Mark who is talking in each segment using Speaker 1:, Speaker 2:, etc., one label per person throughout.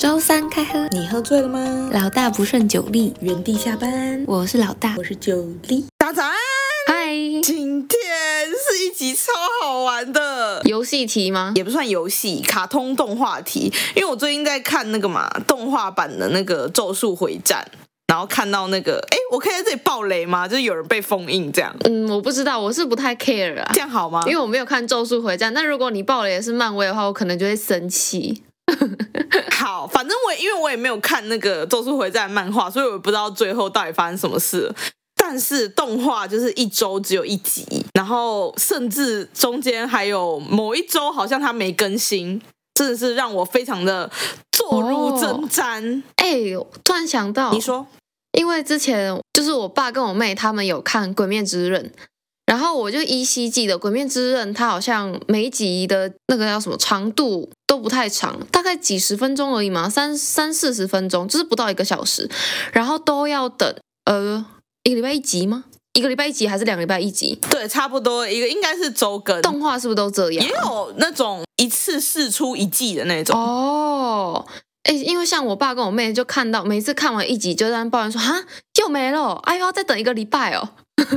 Speaker 1: 周三开喝，
Speaker 2: 你喝醉了吗？
Speaker 1: 老大不顺酒力，
Speaker 2: 原地下班，
Speaker 1: 我是老大
Speaker 2: 我，是九力。大家早安，
Speaker 1: 嗨，
Speaker 2: 今天是一集超好玩的，
Speaker 1: 游戏题吗？
Speaker 2: 也不算游戏，卡通动画题。因为我最近在看那个嘛，动画版的那个《咒术回战》，然后看到那个，哎，我可以在这里爆雷吗？就是有人被封印这样，
Speaker 3: 嗯，我不知道，我是不太 care 啊
Speaker 2: 这，样好吗？
Speaker 3: 因为我没有看《咒术回战》。但如果你爆雷也是漫威的话，我可能就会生气。
Speaker 2: 好，反正我也因为我也没有看那个《咒术回战》漫画，所以我也不知道最后到底发生什么事了。但是动画就是一周只有一集，然后甚至中间还有某一周好像它没更新，真的是让我非常的坐入针毡。
Speaker 3: 哎、我突然想到，
Speaker 2: 你，说
Speaker 3: 因为之前就是我爸跟我妹他们有看《鬼灭之刃》，然后我就依稀记得《鬼灭之刃》它好像每一集的那个叫什么长度都不太长，大概几十分钟而已嘛，三三四十分钟，就是不到一个小时，然后都要等呃一个礼拜一集吗？一个礼拜一集还是两个礼拜一集？
Speaker 2: 对，差不多一个应该是周更，
Speaker 3: 动画是不是都这样？
Speaker 2: 也有那种一次试出一季的那种。
Speaker 3: 哦，哎，因为像我爸跟我妹就看到，每次看完一集就在那边抱怨说：“哈，又没了，哎呦，要再等一个礼拜哦。”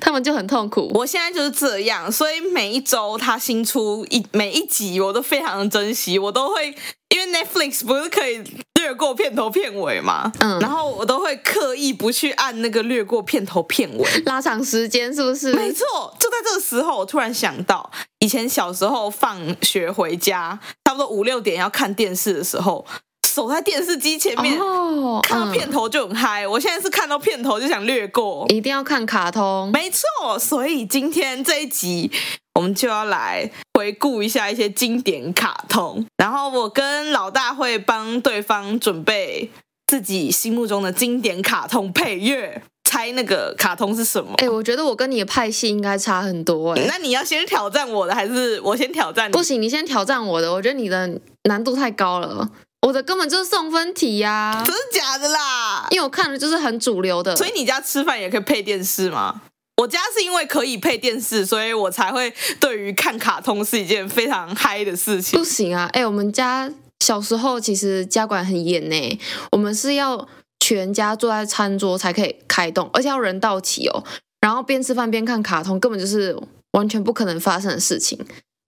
Speaker 3: 他们就很痛苦。
Speaker 2: 我现在就是这样，所以每一周它新出一每一集，我都非常的珍惜，我都会因为 Netflix 不是可以略过片头片尾嘛，
Speaker 3: 嗯
Speaker 2: 然后我都会刻意不去按那个略过片头片 尾。
Speaker 3: 拉长时间是不是？
Speaker 2: 没错，就在这个时候，我突然想到，以前小时候放学回家，差不多五六点要看电视的时候，守在电视机前面。
Speaker 3: 哦，
Speaker 2: 看到片头就很嗨、我现在是看到片头就想略过，
Speaker 3: 嗯，一定要看卡通。
Speaker 2: 没错，所以今天这一集我们就要来回顾一下一些经典卡通，然后我跟老大会帮对方准备自己心目中的经典卡通配乐，猜那个卡通是什么。
Speaker 3: 哎，我觉得我跟你的派系应该差很多哎。
Speaker 2: 那你要先挑战我的，还是我先挑战你
Speaker 3: 不？行，你先挑战我的，我觉得你的难度太高了，我的根本就是送分题呀、
Speaker 2: 真的假的啦？
Speaker 3: 因为我看的就是很主流的，
Speaker 2: 所以你家吃饭也可以配电视吗？我家是因为可以配电视，所以我才会对于看卡通是一件非常嗨的事情
Speaker 3: 不。行啊！哎、我们家小时候其实家管很严呢、我们是要全家坐在餐桌才可以开动，而且要人到齐哦。然后边吃饭边看卡通，根本就是完全不可能发生的事情。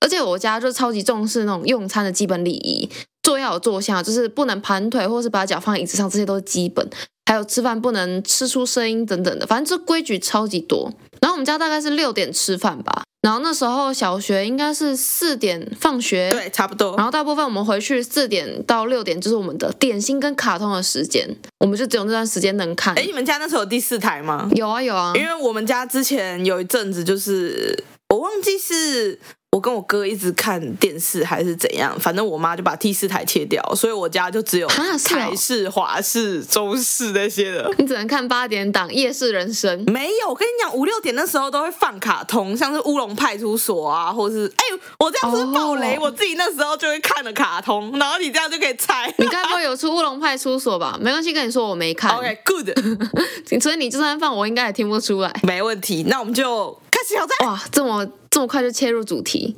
Speaker 3: 而且我家就超级重视那种用餐的基本礼仪，坐要有坐相，就是不能盘腿或是把脚放在椅子上，这些都是基本。还有吃饭不能吃出声音等等的，反正这规矩超级多。然后我们家大概是六点吃饭吧，然后那时候小学应该是四点放学，
Speaker 2: 对，差不多
Speaker 3: 然。后大部分我们回去四点到六点就是我们的点心跟卡通的时间，我们就只有那段时间能看
Speaker 2: 哎、。你们家那时候有第四台吗？
Speaker 3: 有啊有啊，
Speaker 2: 因为我们家之前有一阵子，就是我忘记是我跟我哥一直看电视还是怎样，反正我妈就把第四台切掉，所以我家就只有
Speaker 3: 啊是哦
Speaker 2: 台式、华式、中式那些的。
Speaker 3: 你只能看八点档《夜市人生》。
Speaker 2: 没有，我跟你讲，五六点那时候都会放卡通，像是《乌龙派出所》啊，或是哎、我这样是不是爆雷
Speaker 3: 哦
Speaker 2: 我自己那时候就会看的卡通，然后你这样就可以猜。
Speaker 3: 你该不会有出《乌龙派出所》吧？没关系，跟你说我没看
Speaker 2: OK，good，、
Speaker 3: 所以你就算放我应该也听不出来。
Speaker 2: 没问题。那我们就开始挑战。
Speaker 3: 哇，这么这么快就切入主题，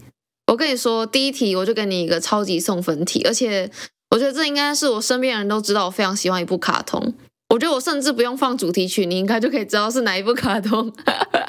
Speaker 3: 我跟你说，第一题我就给你一个超级送分题，而且我觉得这应该是我身边的人都知道我非常喜欢一部卡通。我觉得我甚至不用放主题曲，你应该就可以知道是哪一部卡通。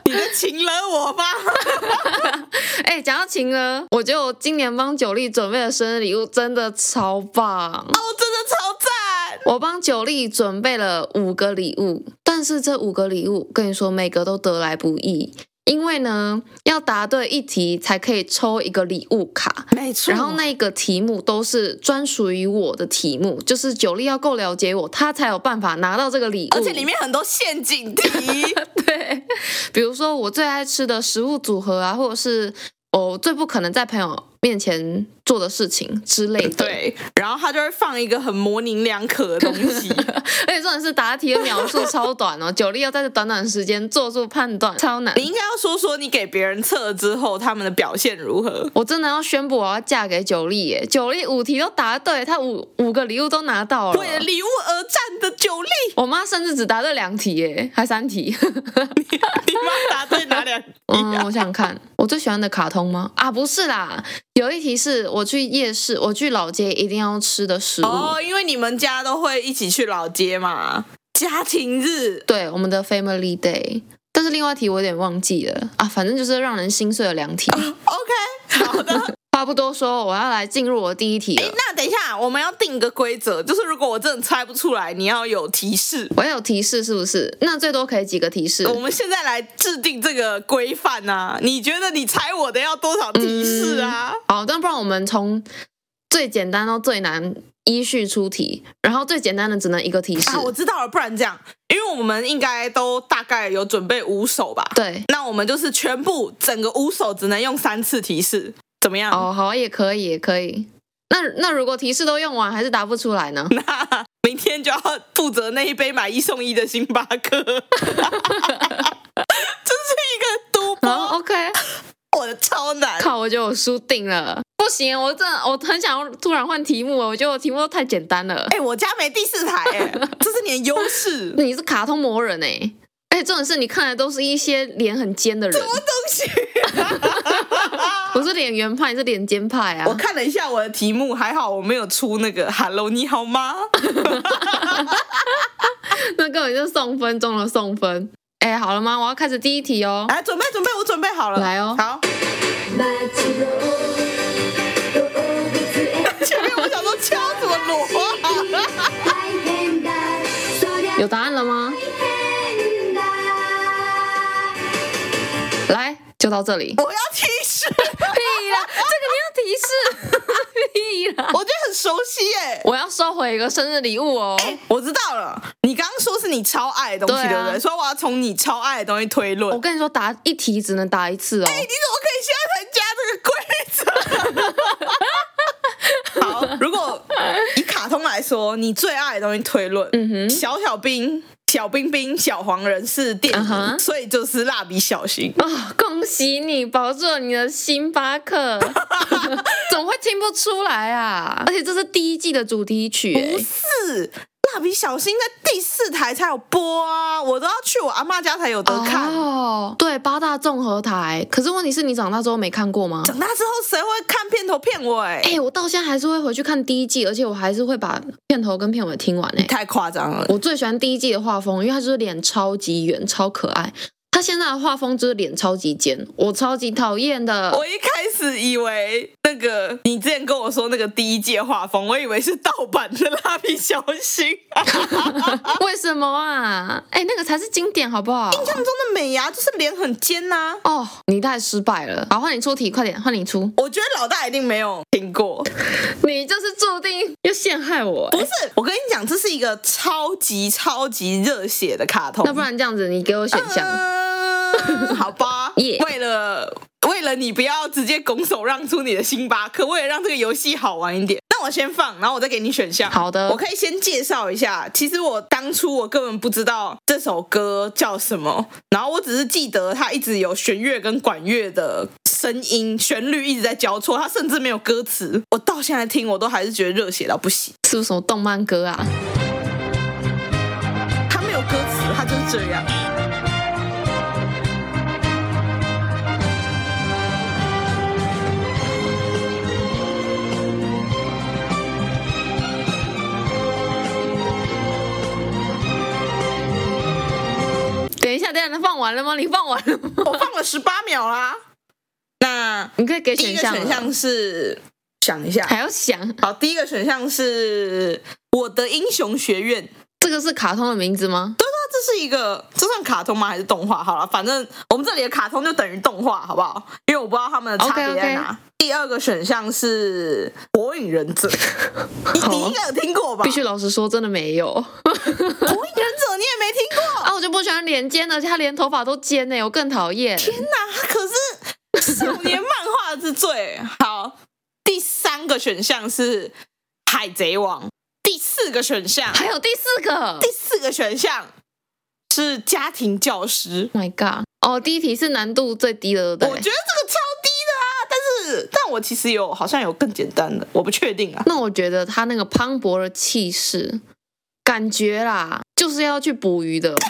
Speaker 2: 你在请了我吧？
Speaker 3: 哎、讲到晴儿，我觉得我今年帮九力准备的生日礼物真的超棒。
Speaker 2: 哦，真的超赞！
Speaker 3: 我帮九力准备了五个礼物，但是这五个礼物，跟你说，每个都得来不易。因为呢，要答对一题才可以抽一个礼物卡，
Speaker 2: 没错
Speaker 3: 然后那个题目都是专属于我的题目，就是九力要够了解我，他才有办法拿到这个礼物。
Speaker 2: 而且里面很多陷阱题，
Speaker 3: 对， 比如说我最爱吃的食物组合啊，或者是哦我最不可能在朋友面前做的事情之类的。，
Speaker 2: 对，然后他就会放一个很模棱两可的东 西，
Speaker 3: 而且重点是答题的秒数超短 哦，九力要在这短短时间做出判断，超难
Speaker 2: 你。应该要说说你给别人测之后他们的表现如何。
Speaker 3: 我真的要宣布我要嫁给九力耶！九力五题都答对，他五五个礼物都拿到了。
Speaker 2: 为了礼物而战的九力，
Speaker 3: 我妈甚至只答对两题耶，还三题。
Speaker 2: 你妈答对哪两题
Speaker 3: 嗯，
Speaker 2: 啊？
Speaker 3: 我想想看，我最喜欢的卡通吗？啊，不是啦，有一题是我去夜市，我去老街一定要吃的食 物。
Speaker 2: 哦，因为你们家都会一起去老街嘛，家庭日。
Speaker 3: 对，我们的 Family Day。但是另外一题我有点忘记了啊，反正就是让人心碎的两题。
Speaker 2: 啊 OK，好的。
Speaker 3: 话不多说，我要来进入我的第一题了。
Speaker 2: 哎那等一下，我们要定一个规则，就是如果我真的猜不出来，你要有提示。
Speaker 3: 我要有提示是不是？那最多可以几个提示？
Speaker 2: 我们现在来制定这个规范啊！你觉得你猜我的要多少提示啊？
Speaker 3: 好，但不然我们从最简单到最难依序出题，然后最简单的只能一个提示。
Speaker 2: 啊，我知道了，不然这样，因为我们应该都大概有准备五首吧？
Speaker 3: 对，
Speaker 2: 那我们就是全部整个五首只能用三次提示，怎么样？
Speaker 3: 哦，好，也可以，也可以。那那如果提示都用完还是答不出来 呢？
Speaker 2: 那明天就要负责那一杯买一送一的星巴克，这是一个赌博，
Speaker 3: 好，OK，哦
Speaker 2: 我的超难。
Speaker 3: 靠，我觉得我输定了。不行，我真的我很想要突然换题目了，我觉得我题目都太简单了。
Speaker 2: 哎、我家没第四台、哎，这是你的优 势。
Speaker 3: 你是卡通魔人哎、欸，而且重点是你看的都是一些脸很尖的人，
Speaker 2: 恭喜！
Speaker 3: 我是脸圆派，你是脸尖派啊
Speaker 2: 我。看了一下我的题目，还好我没有出那个 “Hello，你好吗
Speaker 3: 那根本就是送分中的送分。哎、好了吗？我要开始第一题哦”？。
Speaker 2: 哎，准备准备，我准备好了，
Speaker 3: 来哦
Speaker 2: 好。前面我想说敲怎么锣啊？
Speaker 3: 有答案了吗？来，就到这里。
Speaker 2: 我要提示，
Speaker 3: 屁啦，这个你要 提示，屁啦。
Speaker 2: 我觉得很熟悉哎、
Speaker 3: 我要收回一个生日礼物哦。
Speaker 2: 我知道了，你刚刚说是你超爱的东西，
Speaker 3: 对
Speaker 2: 对
Speaker 3: 啊
Speaker 2: 不对？所以我要从你超爱的东西推论。
Speaker 3: 我跟你说，答一题只能答一次
Speaker 2: 你
Speaker 3: 哦。
Speaker 2: 怎么可以现在才加这个 规则？好，如果以卡通来说，你最爱的东西推论，
Speaker 3: 嗯哼，
Speaker 2: 小小兵、小冰冰、小黄人是电影
Speaker 3: 嗯哼
Speaker 2: 所以就是蜡笔小新。
Speaker 3: 啊、恭喜你保住了你的星巴 克，怎么会听不出来啊？而且这是第一季的主题曲欸
Speaker 2: 不
Speaker 3: 耶，
Speaker 2: 是，蜡笔小新在第四台才有播啊，我都要去我阿妈家才有得看。
Speaker 3: 哦，对，八大综合台。可是问题是你长大之后没看过吗？
Speaker 2: 长大之后谁会看片头片尾？
Speaker 3: 哎、我到现在还是会回去看第一季，而且我还是会把片头跟片尾听完哎。
Speaker 2: 太夸张了。
Speaker 3: 我最喜欢第一季的画风，因为它就是脸超级圆，超可爱。他现在的画风就是脸超级尖，我超级讨厌的。
Speaker 2: 我一开始以为那个你之前跟我说那个第一届画风，我以为是盗版的蜡笔小新，啊
Speaker 3: 为什么啊？哎、那个才是经典，好不好？
Speaker 2: 他们中的美伢就是脸很尖呐、
Speaker 3: 哦，你太失败了。好，换你出题，快点，换你出。
Speaker 2: 我觉得老大一定没有听过，
Speaker 3: 你就是注定要陷害我、欸
Speaker 2: 不是？我跟你讲，这是一个超级超级热血的卡通。
Speaker 3: 那不然这样子，你给我选项。
Speaker 2: 嗯好 吧
Speaker 3: 耶
Speaker 2: 为了为了你不要直接拱手让出你的星巴克，为了让这个游戏好玩一点，那我先放，然后我再给你选项。
Speaker 3: 好的
Speaker 2: 我可以先介绍一下。其实我当初我根本不知道这首歌叫什么，然后我只是记得它一直有弦乐跟管乐的声音，旋律一直在交错，它甚至没有歌词。我到现在听，我都还是觉得热血到不行。
Speaker 3: 是不是什么动漫歌啊？
Speaker 2: 它没有歌词，它就是这样。
Speaker 3: 等一下，等一下，放完了吗？你放完了吗？
Speaker 2: 我放了十八秒啦。那
Speaker 3: 你可以给
Speaker 2: 第
Speaker 3: 选
Speaker 2: 一个
Speaker 3: 项了。
Speaker 2: 选项是想一下，
Speaker 3: 还要想，
Speaker 2: 好，第一个选项是我的英雄学院，
Speaker 3: 这个是卡通的名字吗？
Speaker 2: 那这是一个这算卡通吗？还是动画？好了，反正我们这里的卡通就等于动画，好不好？因为我不知道他们的差别在哪。
Speaker 3: OK，OK
Speaker 2: 第二个选项是火影忍 者，你
Speaker 3: 好
Speaker 2: 你应该有听过吧？
Speaker 3: 必须老实说，真的没有。啊
Speaker 2: 火影忍者你也没听过，
Speaker 3: 啊，我就不喜欢脸尖的，而且他连头发都尖欸呢、我更讨厌。
Speaker 2: 那它可是少年漫画之最。好，第三个选项是海贼王，第四个选项
Speaker 3: 还有第四个 Oh
Speaker 2: 第四个选项是家庭教师，
Speaker 3: ，Oh my god！哦，第一题是难度最低的，对
Speaker 2: 我
Speaker 3: 不
Speaker 2: 觉
Speaker 3: 对？
Speaker 2: 得这个超低的啊，但是但我其实有好像有更简单的，我不确定啊。
Speaker 3: 那我觉得他那个磅礴的气势，感觉啦，就是要去捕 鱼的。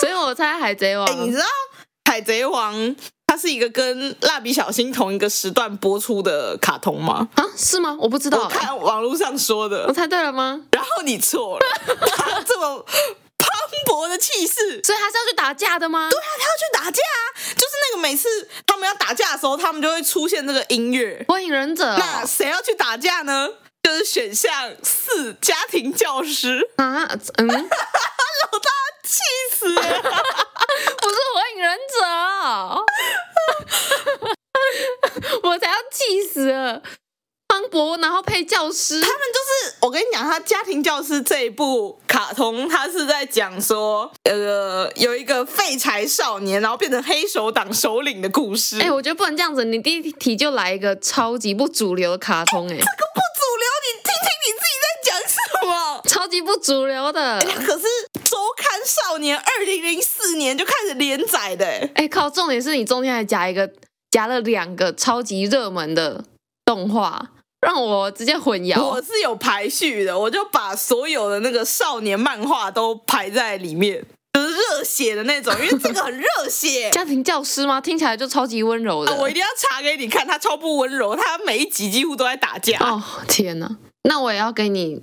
Speaker 3: 所以猜海贼王
Speaker 2: 哎、你知道《海贼王》它是一个跟《蜡笔小新》同一个时段播出的卡通吗？
Speaker 3: 啊？是吗？我不知道
Speaker 2: 我
Speaker 3: 欸、
Speaker 2: 看网络上说的
Speaker 3: 我，猜对了吗？
Speaker 2: 然后哦你错了。他这么磅礴的气势，
Speaker 3: 所以他是要去打架的吗？对
Speaker 2: 他要去打架啊！就是那个每次他们要打架的时候，他们就会出现这个音乐。
Speaker 3: 火影忍者哦、
Speaker 2: 那谁要去打架呢？就是选项四，家庭教师，
Speaker 3: 啊，嗯，不
Speaker 2: 气 死了！
Speaker 3: 是火影忍者哦、我才要气死了。方博，然后配教师，
Speaker 2: 他们就是我跟你讲，他《家庭教师》这一部卡通，他是在讲说，呃，有一个废柴少年，然后变成黑手党首领的故事。
Speaker 3: 哎、我觉得不能这样子，你第一题就来一个超级不主流的卡通、
Speaker 2: 不
Speaker 3: 哎，
Speaker 2: 主流，你听听你自己在讲什么。
Speaker 3: 超级不主流的，
Speaker 2: 可是《周刊少年》二零零四年就开始连载的、哎
Speaker 3: 哎、靠，重点是你中间还夹一个，夹了两个超级热门的动画，让我直接混淆。
Speaker 2: 我。是有排序的，我就把所有的那个少年漫画都排在里面，就是热血的那种，因 为这个很热血
Speaker 3: 家庭教师吗？听起来就超级温柔的。
Speaker 2: 啊我一定要查给你看，他超不温柔，他每一集几乎都在打架。
Speaker 3: 哦，天哪！那我也要给你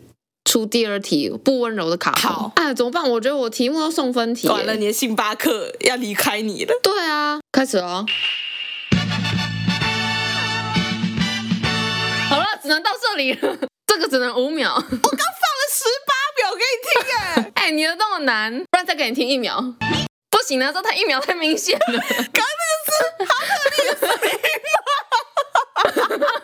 Speaker 3: 出第二题不温柔的卡通
Speaker 2: 好
Speaker 3: 哎，怎么办？我觉得我题目都送分题耶。
Speaker 2: 完了，你的星巴克要离开你了。
Speaker 3: 对啊，开始 哦。好了，只能到这里了， 这个只能五秒。
Speaker 2: 十八秒给你听哎、
Speaker 3: 哎，你的那么难，不然再给你听一秒。不行啊，这太一秒太明显了。刚刚那个是好可怜的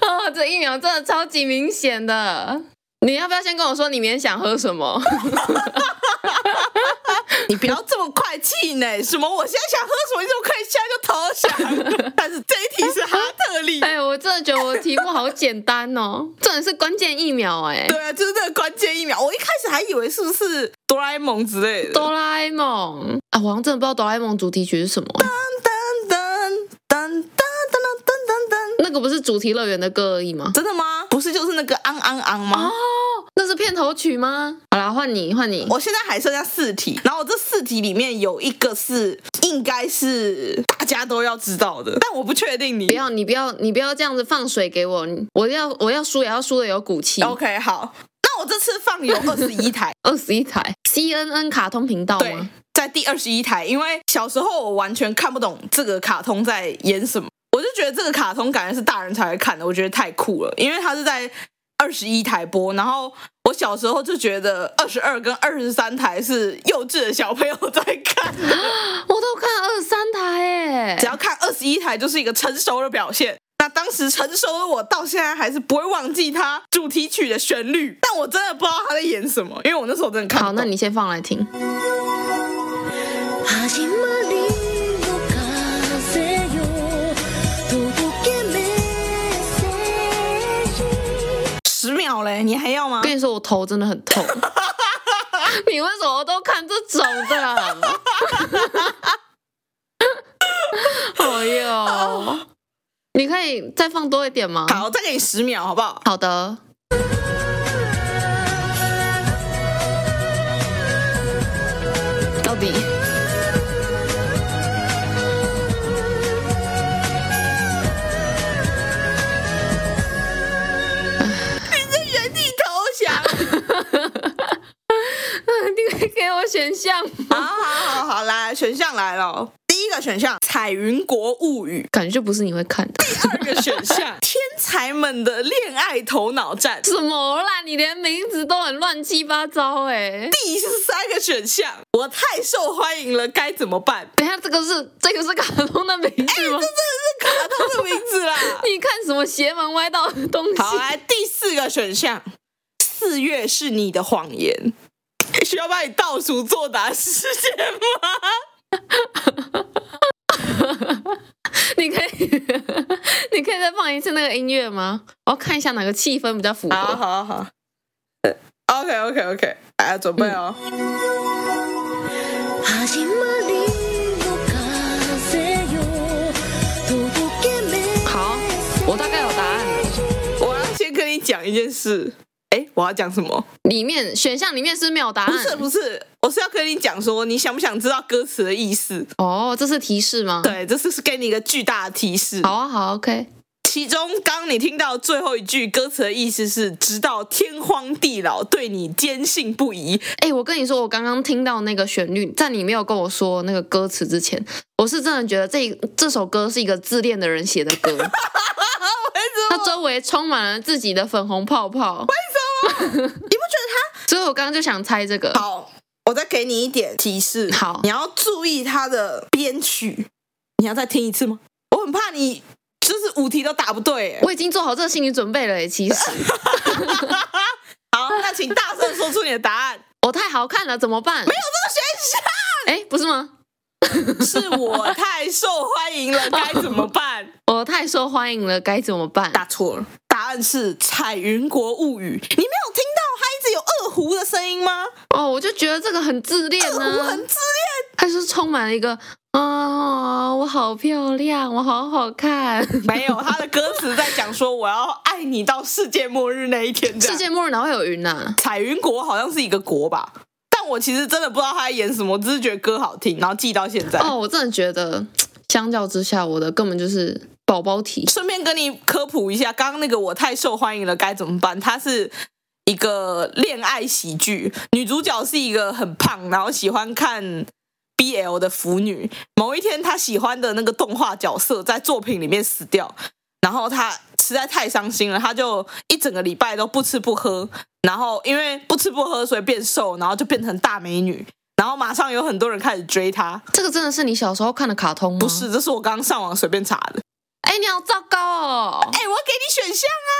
Speaker 3: 哦，这一秒真的超级明显的。你要不要先跟我说你明天想喝什么？
Speaker 2: 你不要这么快气馁，什么我现在想喝什么，你怎么可以现在就投 降？但是这一题是哈特 利，
Speaker 3: 哎，我真的觉得我的题目好简单哦，重点是关键一秒哎。
Speaker 2: 对啊，就是那个关键一秒。我一开始还以为是不是哆啦 A 梦之类的。
Speaker 3: 哆啦 A 梦啊，我好像真的不知道哆啦 A 梦主题曲是什么哎，
Speaker 2: 噔噔噔噔噔噔噔噔，
Speaker 3: 那个不是主题乐园的歌而已吗？
Speaker 2: 真的吗？不是就是那个昂昂昂吗？
Speaker 3: 哦，那是片头曲吗？好啦，换你，换你。
Speaker 2: 我现在还剩下四题，然后我这四题里面有一个是应该是大家都要知道的，但我不确定你
Speaker 3: 不。要，你不要，你不要这样子放水给我，我要我要输也要输的有骨气。
Speaker 2: OK，好，那我这次放有二十一台，
Speaker 3: 二十一台 CNN 卡通频道
Speaker 2: 对
Speaker 3: 吗？，
Speaker 2: 在第二十一台，因为小时候我完全看不懂这个卡通在演什么，我就觉得这个卡通感觉是大人才会看的，我觉得太酷了，因为它是在二十一台播，然后我小时候就觉得二十二跟二十三台是幼稚的小朋友在看的，
Speaker 3: 我都看二三台
Speaker 2: 只
Speaker 3: 哎，
Speaker 2: 要看二十一台就是一个成熟的表现。那当时成熟的我到现在还是不会忘记它主题曲的旋律，但我真的不知道他在演什么，因为我那时候真的看不
Speaker 3: 好，
Speaker 2: 懂。
Speaker 3: 那你先放来听。
Speaker 4: 始まりの風よ届けメッセージ
Speaker 2: 十秒嘞，你还要吗？
Speaker 3: 跟你说，我头真的很 痛。你为什么都看这种的啊？ 哎呦，你可以再放多一点吗？
Speaker 2: 好，再给你十秒，好不好？
Speaker 3: 好的。到底
Speaker 2: 原地投降。
Speaker 3: 你可以给我选项吗？
Speaker 2: 好好好好，来选项来了。第一个选项《彩云国物语
Speaker 3: 感觉就不是你会看的。》，
Speaker 2: 二个选项《天才们的恋爱头脑战》，
Speaker 3: 什么啦？你连名字都很乱七八糟哎、
Speaker 2: 第三个选项我太受欢迎了，该怎么办？
Speaker 3: 等一下，这个是这个是卡通的名字吗？
Speaker 2: 这真的是卡通的名字啦。
Speaker 3: 你看什么邪门歪道的东 西？
Speaker 2: 好，啊来第四个选项，《四月是你的谎言》。需要帮你倒数作答时间吗？
Speaker 3: 你可以， 你可以再放一次那个音乐吗？我要看一下哪个气氛比较符合。
Speaker 2: 好好好，OK OK OK，大家准备哦。
Speaker 4: 始まりの風よ届けメッセージ
Speaker 3: 好我大概有答案了。
Speaker 2: 我要先跟你讲一件事，哎，我要讲什么？
Speaker 3: 里面选项里面是没有答案，
Speaker 2: 不是不是，我是要跟你讲说，你想不想知道歌词的意思？
Speaker 3: 哦，这是提示吗？，
Speaker 2: 对，这是给你一个巨大的提示。
Speaker 3: 好啊好，OK，
Speaker 2: 其中刚刚你听到最后一句歌词的意思是“直到天荒地老，对你坚信不疑
Speaker 3: 哎、我跟你说，我刚刚听到那个旋律，在你没有跟我说那个歌词之前，我是真的觉得这这首歌是一个自恋的人写的 歌。他周围充满了自己的粉红泡泡，为 什么？你不觉得他？所以我刚刚就想猜这个。”。好，
Speaker 2: 好，我再给你一点提示。
Speaker 3: 好
Speaker 2: 你要注意它的编曲。你要再听一次吗？我很怕你就是五题都答不对、欸。
Speaker 3: 我已经做好这个心理准备了欸。其 实
Speaker 2: 好，那请大声说出你的答案。
Speaker 3: 我太好看了，怎么办？没啊有这个选项。哎，不是吗？
Speaker 2: 是我太受欢迎了，该怎么 办？
Speaker 3: 我太受欢迎了，该怎么办？
Speaker 2: 答错了，答案是《彩云国物语》。你没有听到它一直有二胡的声音吗？
Speaker 3: 哦，我就觉得这个很自恋呢、
Speaker 2: 我很自恋，
Speaker 3: 它就是充满了一个啊、我好漂亮，我好好看。
Speaker 2: 没有他的歌词在讲说我要爱你到世界末日那一天这
Speaker 3: 世
Speaker 2: 样。
Speaker 3: 界末日哪会有云啊呐、
Speaker 2: 彩云国好像是一个国吧，但我其实真的不知道他在演什么，我只是觉得歌好听，然后记到现在。
Speaker 3: 哦，我真的觉得，相较之下，我的根本就是宝宝体。
Speaker 2: 顺便跟你科普一下，刚刚那个我太受欢迎了该怎么办？它是一个恋爱喜剧，女主角是一个很胖，然后喜欢看 BL 的腐女。某一天，她喜欢的那个动画角色在作品里面死掉，然后她实在太伤心了，她就一整个礼拜都不吃不喝，然后因为不吃不喝，所以变瘦，然后就变成大美女。然后马上有很多人开始追她，
Speaker 3: 这个真的是你小时候看的卡通吗？
Speaker 2: 不是，这是我刚刚上网随便查的。
Speaker 3: 哎，你好糟糕哦！
Speaker 2: 哎，我给你选项啊！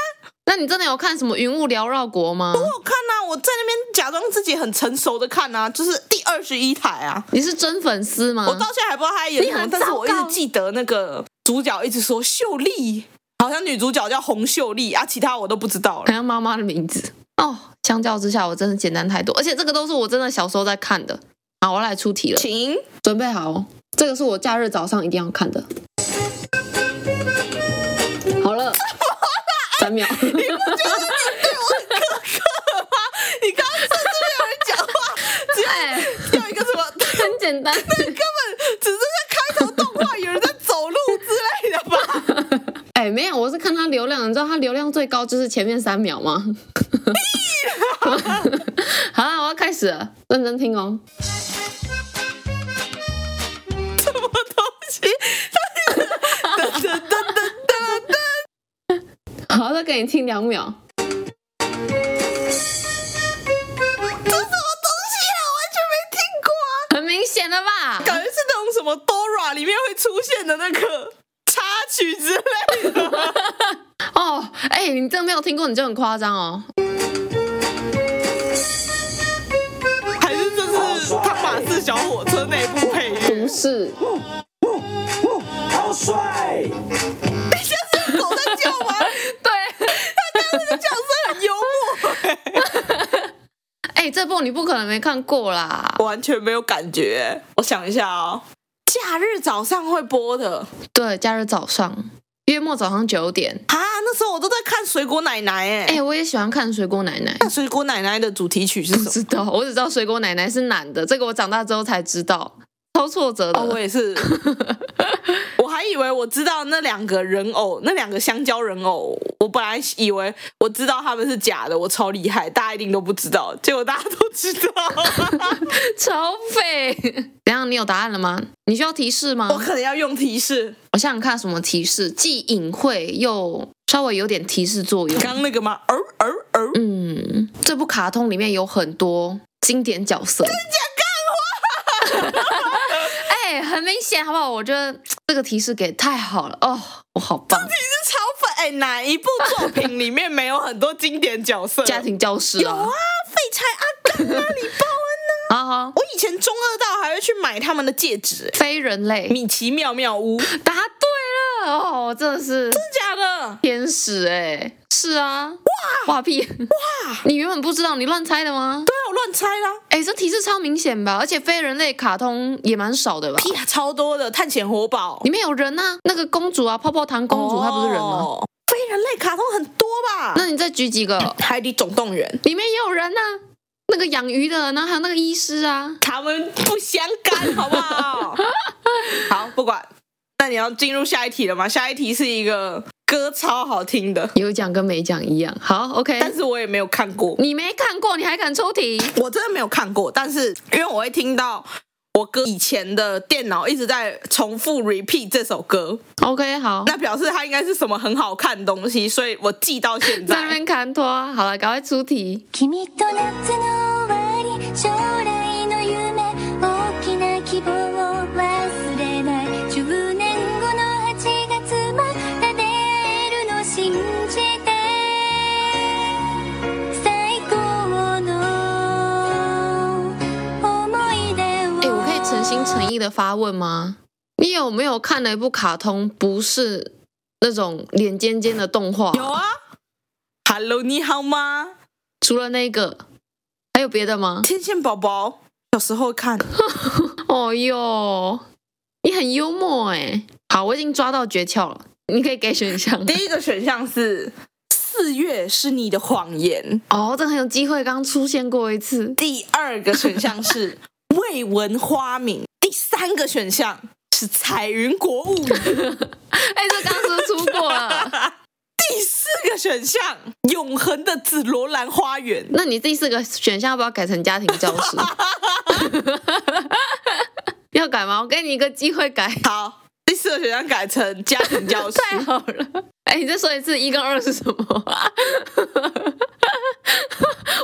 Speaker 3: 那你真的有看什么《云雾缭绕国》吗？
Speaker 2: 我看呐、我在那边假装自己很成熟的看呐、就是第二十一台啊，
Speaker 3: 你是真粉丝吗？
Speaker 2: 我到现在还不知道他在演什
Speaker 3: 你
Speaker 2: 么，
Speaker 3: 很
Speaker 2: 但是
Speaker 3: 糟
Speaker 2: 我一直
Speaker 3: 糕
Speaker 2: 记得那个主角一直说秀丽，好像女主角叫洪秀丽啊，其他我都不知道
Speaker 3: 好
Speaker 2: 了。
Speaker 3: 像妈妈的名字哦。相较之下，我真的简单太多，而且这个都是我真的小时候在看的。好，我要来出题了，
Speaker 2: 请
Speaker 3: 准备好哦，这个是我假日早上一定要看的。好 了，三秒。
Speaker 2: 你刚刚甚至没有人讲话，
Speaker 3: 哎，
Speaker 2: 叫一个什么，
Speaker 3: 很简单。
Speaker 2: 只是在开头动画有人在走路之类的吧？
Speaker 3: 哎，没有，我是看它流量，你知道它流量最高就是前面三秒吗？ 好了，我要开始了，认真听哦。
Speaker 2: 什么东西？噔噔噔噔噔噔，
Speaker 3: 好，再给你听两秒。
Speaker 2: 这什么东西啊？我完全没听过啊！
Speaker 3: 很明显了吧？
Speaker 2: 感觉是那种什么 Dora 里面会出现的那个插曲之类的。
Speaker 3: 哦，哎、你真的没有听过，你就很夸张哦。
Speaker 2: 还是这是汤马士小火车那一部配乐？
Speaker 3: 不是，
Speaker 5: 好帅！
Speaker 2: 是狗在叫吗？
Speaker 3: 对，
Speaker 2: 叫声很幽默、
Speaker 3: 哎、这部你不可能没看过啦。
Speaker 2: 我完全没有感觉。我想一下哦，假日早上会播的
Speaker 3: 对，假日早上，月末早上九点。
Speaker 2: 啊，那时候我都在看《水果奶奶、欸》
Speaker 3: 哎、
Speaker 2: 哎、
Speaker 3: 我也喜欢看水果奶奶。
Speaker 2: 那《水果奶奶》的主题曲是
Speaker 3: 不
Speaker 2: 什么？
Speaker 3: 知道，我只知道水果奶奶是男的，这个我长大之后才知道，超挫折的。
Speaker 2: 哦，我也 是，我还以为我知道那两个人偶，那两个香蕉人偶，我本来以为我知道他们是假的，我超厉害，大家一定都不知道，结果大家都知 道。
Speaker 3: 超 废。怎样？你有答案了吗？你需要提示吗？
Speaker 2: 我可能要用提示，
Speaker 3: 我想想看什么提示，既隐晦又稍微有点提示作用。
Speaker 2: 刚刚那个吗？儿儿儿，
Speaker 3: 嗯，这部卡通里面有很多经典角色。真假 干话？哎，很明显，好不好？我觉得这个提示给太好了哦，我好棒！
Speaker 2: 是超粉哎、哪一部作品里面没有很多经典角色？
Speaker 3: 家庭教师
Speaker 2: 有啊，废柴阿甘啊，你爸。
Speaker 3: 啊哈，
Speaker 2: 我以前中二到还会去买他们的戒指、哎
Speaker 3: 非人类，
Speaker 2: 米奇妙妙屋，真
Speaker 3: 答对了哦，我真的是
Speaker 2: 假的？
Speaker 3: 天使哎，是啊，哇哇屁哇！你原本不知道，你乱猜的吗？
Speaker 2: 对啊，我乱猜啦。
Speaker 3: 哎，这提示超明显吧？而且非人类卡通也蛮少的吧？
Speaker 2: 屁啊，超多的探险活宝，
Speaker 3: 里面有人啊，那个公主啊，泡泡糖公主，她不是人吗？
Speaker 2: 哦？非人类卡通很多吧？
Speaker 3: 那你再举几个？
Speaker 2: 海底总动员，
Speaker 3: 里面也有人呐、那个养鱼的，然后还有那个医师啊，
Speaker 2: 他们不相干，好不好？ 好，不管。那你要进入下一题了吗？下一题是一个歌超好听的，
Speaker 3: 有讲跟没讲一样。好，OK。
Speaker 2: 但是我也没有看过，
Speaker 3: 你没看过，你还敢抽题？
Speaker 2: 我真的没有看过。但是因为我会听到我哥以前的电脑一直在重复 repeat 这首歌，
Speaker 3: OK，好，
Speaker 2: 那表示它应该是什么很好看的东西，所以我记到现
Speaker 3: 在那
Speaker 2: 在。
Speaker 3: 边看拖，好了，赶快出题。
Speaker 4: 君と夏の終わり将来の夢大きな希望を忘れない10年後の8月また出会えるの信じて最高の思い出を
Speaker 3: 哎，我可以诚心诚意的发问吗？你有没有看了一部卡通，不是那种脸尖尖的动画？
Speaker 2: 有啊，Hello，你好吗？
Speaker 3: 除了那个，还有别的吗？
Speaker 2: 天线宝宝小时候看，
Speaker 3: 哦哟，你很幽默哎、好，我已经抓到诀窍了，你可以给选项。
Speaker 2: 第一个选项是四月是你的谎言，
Speaker 3: 哦，这很有机会，刚出现过一次。
Speaker 2: 第二个选项 是未闻花名，第三个选项是彩云国 物语，
Speaker 3: 哎，这刚是不是出过了。
Speaker 2: 第四个选项永恒的紫罗兰花园。
Speaker 3: 那你第四个选项要不要改成家庭教师？ 要改吗？我给你一个机会改。
Speaker 2: 好，第四个选项改成家庭教 师。
Speaker 3: 太好了！哎、你再说一次，一跟二是什么？啊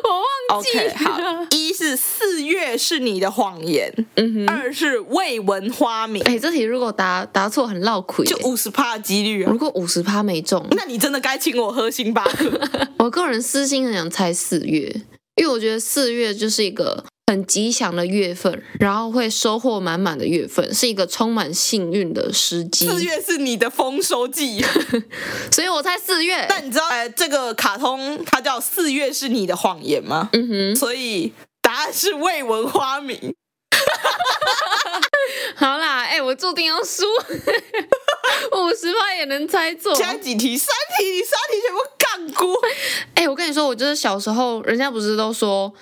Speaker 3: 我忘记
Speaker 2: OK，好
Speaker 3: 了。，
Speaker 2: 一是四月是你的谎言，
Speaker 3: 嗯哼，
Speaker 2: 二是未闻花名，
Speaker 3: 哎、这题如果答答错很绕口耶。
Speaker 2: 就五十趴几率啊
Speaker 3: 如。果五十趴没中，
Speaker 2: 那你真的该请我喝星巴克。
Speaker 3: 我个人私心很想猜四月，因为我觉得四月就是一个很吉祥的月份，然后会收获满满的月份，是一个充满幸运的时机。
Speaker 2: 四月是你的丰收 季，
Speaker 3: 所以我猜四月。
Speaker 2: 但你知道，哎，这个卡通它叫《四月是你的谎言》吗？
Speaker 3: 嗯哼，
Speaker 2: 所以答案是未闻花名。
Speaker 3: 好啦，哎、我注定要输， 五十趴也能猜中。
Speaker 2: 现在几题？三题，你三题全部干 过。
Speaker 3: 哎、我跟你说，我就是小时候，人家不是都说，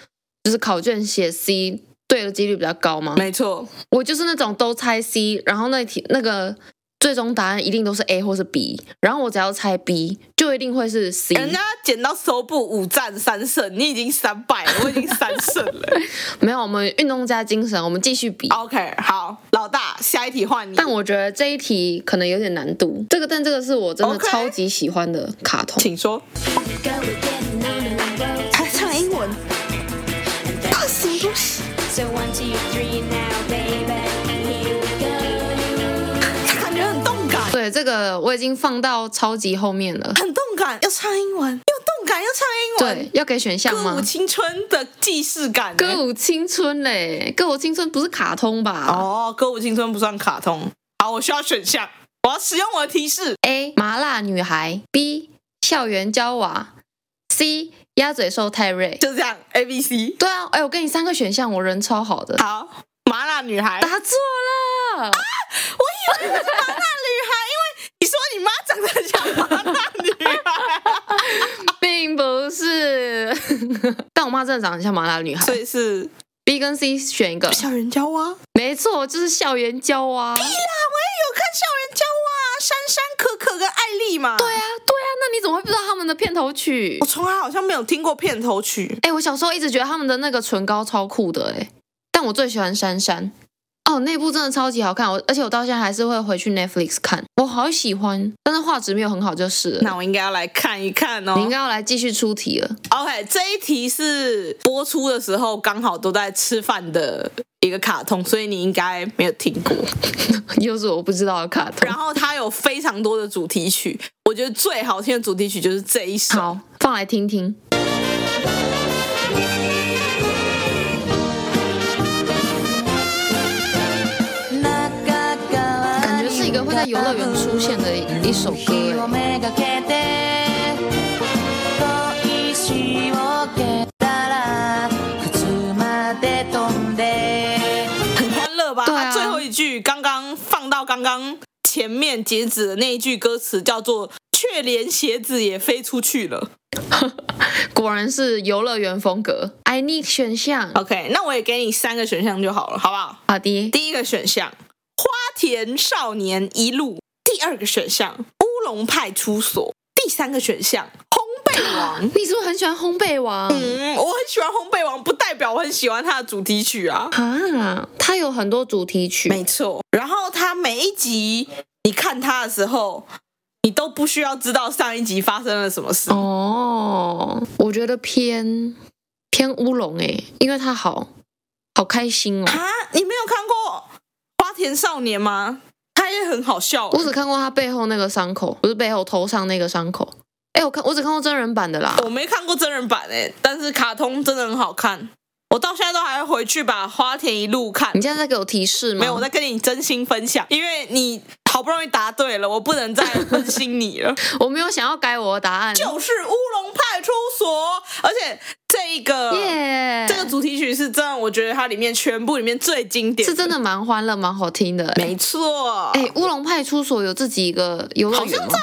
Speaker 3: 就是考卷写 C 对的几率比较高吗？
Speaker 2: 没错，
Speaker 3: 我就是那种都猜 C，然后那题那个最终答案一定都是 A 或是 B，然后我只要猜 B，就一定会是 C。
Speaker 2: 哎人家捡到手部五战三胜，你已经三败了，我已经三胜了。
Speaker 3: 没有，我们运动家精神，我们继续比。
Speaker 2: OK，好，老大，下一题换你。
Speaker 3: 但我觉得这一题可能有点难度，这个但这个是我真的
Speaker 2: OK
Speaker 3: 超级喜欢的卡通。
Speaker 2: 请说。还哎唱英文？啊，什么东西？感觉很动感，
Speaker 3: 对，这个我已经放到超级后面了。
Speaker 2: 很动感，要唱英文，又动感又唱英文，
Speaker 3: 对，要给选项
Speaker 2: 歌舞
Speaker 3: 吗？
Speaker 2: 青春的既视感、欸。
Speaker 3: 歌舞青春嘞，歌舞青春不是卡通吧？
Speaker 2: 哦，歌舞青春不算卡通。好，我需要选项，我要使用我的提示。
Speaker 3: A 麻辣女孩，B 校园娇娃，C 鸭嘴兽泰瑞。
Speaker 2: 就这样，A B C。
Speaker 3: 对啊，哎、我给你三个选项，我人超好的，
Speaker 2: 好，麻辣女孩。
Speaker 3: 答错了。
Speaker 2: 我以为是麻辣女孩，因为你说你妈长得很像麻辣女孩，
Speaker 3: 并不是， 但我妈真的长得很像麻辣女孩。
Speaker 2: 所以是
Speaker 3: B 跟 C 选一个，
Speaker 2: 校园交啊。
Speaker 3: 没错，就是校园娇娃。对啊，
Speaker 2: 有看校园交啊，珊珊、可可跟艾丽嘛。对啊，
Speaker 3: 对啊，那你怎么会不知道他们的片头曲
Speaker 2: 我？从来好像没有听过片头曲。
Speaker 3: 哎、我小时候一直觉得他们的那个唇膏超酷的哎、但我最喜欢珊珊。哦，那部真的超级好看，我而且我到现在还是会回去 Netflix 看，我好喜欢，但是画质没有很好就是了。
Speaker 2: 那我应该要来看一看哦。
Speaker 3: 你应该要来继续出题了。
Speaker 2: OK，这一题是播出的时候刚好都在吃饭的一个卡通，所以你应该没有听过。
Speaker 3: 又是我不知道的卡通
Speaker 2: 然。后它有非常多的主题曲，我觉得最好听的主题曲就是这一首。
Speaker 3: 好，放来听听。感觉是一个会在游乐园出现的一一首歌。哎
Speaker 2: 很欢乐吧？
Speaker 3: 对啊
Speaker 2: 它最后一句刚刚放到刚刚前面截止的那一句歌词叫做“却连鞋子也飞出去了。
Speaker 3: 果然是游乐园风格。I need 选项，
Speaker 2: OK，那我也给你三个选项就好了，好不好？
Speaker 3: 好的，
Speaker 2: 第一个选项，花田少年一路；第二个选项，乌龙派出所；第三个选项，烘焙王。
Speaker 3: 你是不是很喜欢烘焙王？
Speaker 2: 嗯，我很喜欢烘焙王，不代表我很喜欢他的主题曲啊。
Speaker 3: 啊，它有很多主题曲，
Speaker 2: 没错，然后他每一集你看他的时候，你都不需要知道上一集发生了什么事。
Speaker 3: 哦，我觉得偏偏乌龙诶，因为它好好开心哦。
Speaker 2: 啊，你没有看过《花田少年》吗？他也很好笑
Speaker 3: 我只看过他背后那个伤口，不是背后头上那个伤口。哎，我看我只看过真人版的啦。
Speaker 2: 我没看过真人版诶、但是卡通真的很好看，我到现在都还会回去把《花田一路》看
Speaker 3: 你。现在在给我提示吗？
Speaker 2: 没有，我在跟你真心分享，因为你好不容易答对了，我不能再分心你 了。
Speaker 3: 我没有想要改我的答案。
Speaker 2: 就是乌龙派出所，而且这一个
Speaker 3: 耶
Speaker 2: 这个主题曲是真的，我觉得它里面全部里面最经典，
Speaker 3: 是真的蛮欢乐，蛮好听的。
Speaker 2: 没错。
Speaker 3: 哎，乌龙派出所有自己一个游乐
Speaker 2: 好
Speaker 3: 园
Speaker 2: 像
Speaker 3: 吗
Speaker 2: 在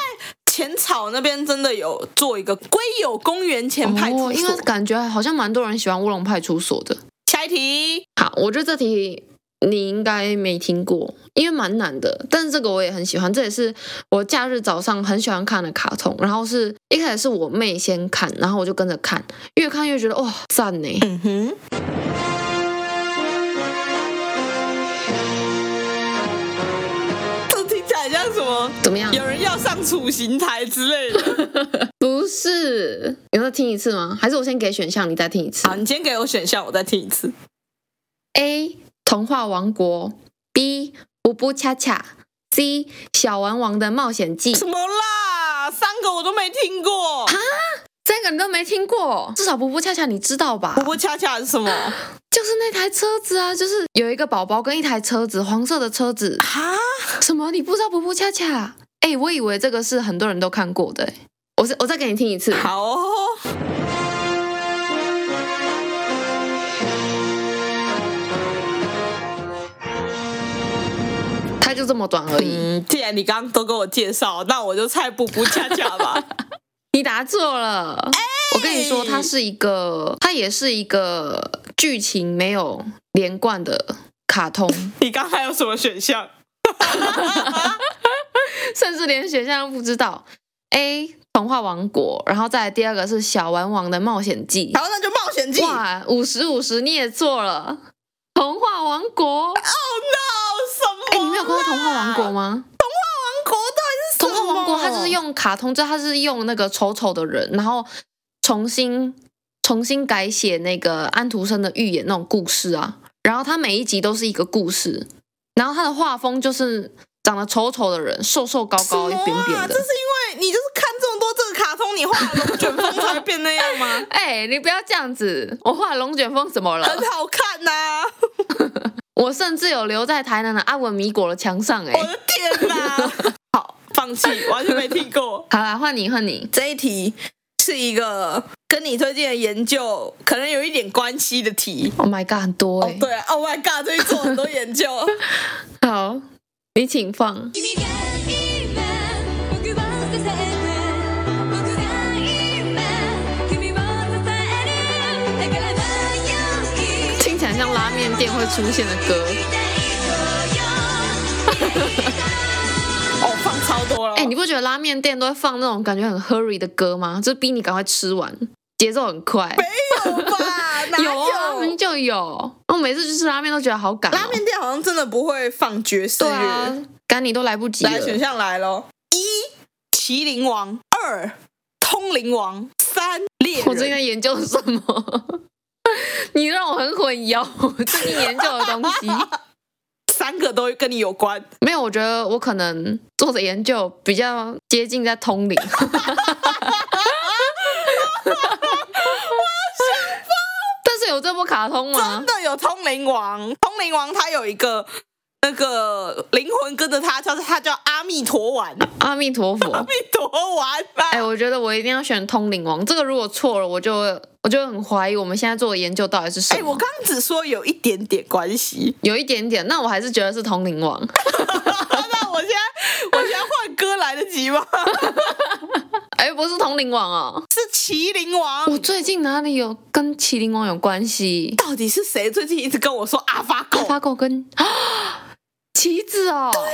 Speaker 2: 浅草那边真的有做一个龟友公园前派出所。
Speaker 3: 哦，因为感觉好像蛮多人喜欢乌龙派出所的。
Speaker 2: 下一题，
Speaker 3: 好，我觉得这题你应该没听过，因为蛮难的。但是这个我也很喜欢，这也是我假日早上很喜欢看的卡通。然后是一开始是我妹先看，然后我就跟着看，越看越觉得哇赞呢。
Speaker 2: 嗯哼，这听起来像什么？
Speaker 3: 怎么样？
Speaker 2: 有人要上处刑台之类的。
Speaker 3: 不是，你再听一次吗？还是我先给选项，你再听一次
Speaker 2: 好，你先给我选项，我再听一次。
Speaker 3: ？A. 童话王国，B. 布布恰恰，C. 小玩王的冒险记。
Speaker 2: 什么啦？三个我都没听过。
Speaker 3: 这个你都没听过，至少布布恰恰你知道吧？
Speaker 2: 婆婆恰恰是什么？啊？
Speaker 3: 就是那台车子啊，就是有一个宝宝跟一台车子，黄色的车子。 什么？你不知道布布恰恰？哎、我以为这个是很多人都看过的、哎我是我再给你听一次。
Speaker 2: 好哦，
Speaker 3: 它就这么短而已。
Speaker 2: 嗯，既然你刚刚都跟我介绍，那我就猜不不恰恰 吧。
Speaker 3: 你答错了。我跟你说，它是一个，它也是一个剧情没有连贯的 卡通，
Speaker 2: 你刚还有什么选项？
Speaker 3: 甚至连选项都不知道。A 童话王国，然后再来第二个是小玩王的冒险记。
Speaker 2: 然后那就冒险记。哦
Speaker 3: 哇，五十五十你也做了，童话王国。
Speaker 2: no，
Speaker 3: 哎、
Speaker 2: 什么？啊
Speaker 3: 你没有看过童话王国吗？
Speaker 2: 王国到底是什
Speaker 3: 童
Speaker 2: 么
Speaker 3: 话王国它就是用卡通，就它是用那个丑丑的人，然后重新重新改写那个安徒生的寓言那种故事啊。然后它每一集都是一个故事，然后它的画风就是长得丑丑的人，瘦瘦高高一扁
Speaker 2: 什么
Speaker 3: 扁
Speaker 2: 啊
Speaker 3: 的？
Speaker 2: 这。是因为你就是看这么多这个卡通，你画了龙卷风才会变那样吗
Speaker 3: 哎、你不要这样子！我画龙卷风怎 么了？
Speaker 2: 很好看呐、
Speaker 3: 我甚至有留在台南的阿文米果的墙上哎、
Speaker 2: 我的天哪！ 好，放弃，完全没听过。
Speaker 3: 好啦，换你换你。
Speaker 2: 这一题是一个跟你推荐的研究可能有一点关系的题。
Speaker 3: Oh my god，很多哎、
Speaker 2: 哦，对、啊、，Oh my God，最近做很多研 究。哦
Speaker 3: 好，你请放。
Speaker 4: 君が今僕を支えて僕が今君を支えるだから迷い
Speaker 3: 听起来像拉面店会出现的歌。
Speaker 2: 哦，放超多了。
Speaker 3: 哎、你不觉得拉面店都会放那种感觉很 hurry 的歌吗？就是逼你赶快吃完，节奏很快。
Speaker 2: 有哎吧？哪
Speaker 3: 有啊，明明就有。我每次去吃拉面都觉得好赶、哦。
Speaker 2: 拉面店好像真的不会放爵士
Speaker 3: 对
Speaker 2: 乐。
Speaker 3: 啊，赶你都来不及
Speaker 2: 来，选
Speaker 3: 了。
Speaker 2: 项来喽：一、麒麟王；二、通灵王；三、猎
Speaker 3: 我最近
Speaker 2: 人。
Speaker 3: 在研究什么？ 你让我很混淆，我最近研究的东西
Speaker 2: 三个都跟你有关。
Speaker 3: 没有。我觉得我可能做的研究比较接近在通 灵。但是有这部卡通吗
Speaker 2: 真？的有通灵王，通灵王他有一个那个灵魂跟着他，叫他叫阿弥陀丸，阿
Speaker 3: 阿弥陀佛。
Speaker 2: 弥陀丸吧。
Speaker 3: 哎、我觉得我一定要选通灵王。这个如果错了，我就会我就会很怀疑我们现在做的研究到底是什么。
Speaker 2: 哎，我刚刚只说有一点点关系，
Speaker 3: 有一点点，那我还是觉得是通灵王。
Speaker 2: 那我现在我现在换歌来得及吗？
Speaker 3: 哎丛林王哦。
Speaker 2: 是麒麟王。
Speaker 3: 我最近哪里有跟麒麟王有关系？
Speaker 2: 到底是谁最近一直跟我说阿发狗
Speaker 3: 阿？发狗跟啊 棋子哦。对呀、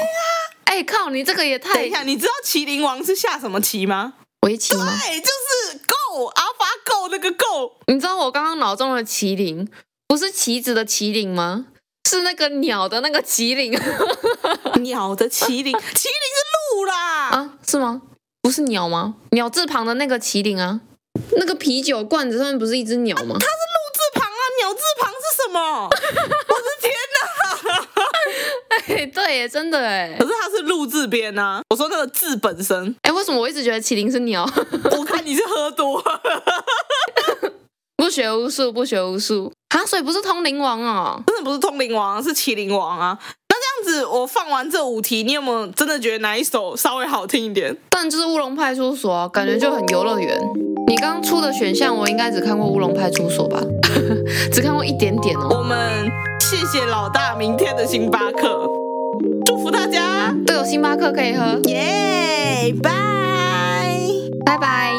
Speaker 3: 哎、靠，你这个也
Speaker 2: 等
Speaker 3: 太
Speaker 2: 一下，你知道麒麟王是下什么棋吗？
Speaker 3: 围棋吗？
Speaker 2: 哎，就是 Go 阿法 Go 那个 Go，
Speaker 3: 你知道我刚刚脑中的麒麟不是棋子的麒麟吗？是那个鸟的那个麒麟
Speaker 2: 鸟的麒麟，麒麟是鹿啦。
Speaker 3: 啊？是吗？不是鸟吗？鸟字旁的那个麒麟啊？那个啤酒罐子上面不是一只鸟吗？
Speaker 2: 鹿字旁啊，鸟字旁是什么？我的天哪！
Speaker 3: 嘿，对耶，真的哎
Speaker 2: 可。是它是鹿字边啊。我说那个字本身，
Speaker 3: 哎，为什么我一直觉得麒麟是鸟？
Speaker 2: 我看你是喝多了，
Speaker 3: 不学无术，不学无术啊！所以不是通灵王哦。
Speaker 2: 真的不是通灵王，是麒麟王啊。那这样子，我放完这五题，你有没有真的觉得哪一首稍微好听一点？
Speaker 3: 但就是乌龙派出所啊、感觉就很游乐园。你刚出的选项，我应该只看过乌龙派出所吧？ 只看过一点点哦。
Speaker 2: 我们谢谢老大明天的星巴克，祝福大家，
Speaker 3: 都有星巴克可以喝，
Speaker 2: 耶，拜！
Speaker 3: 拜拜。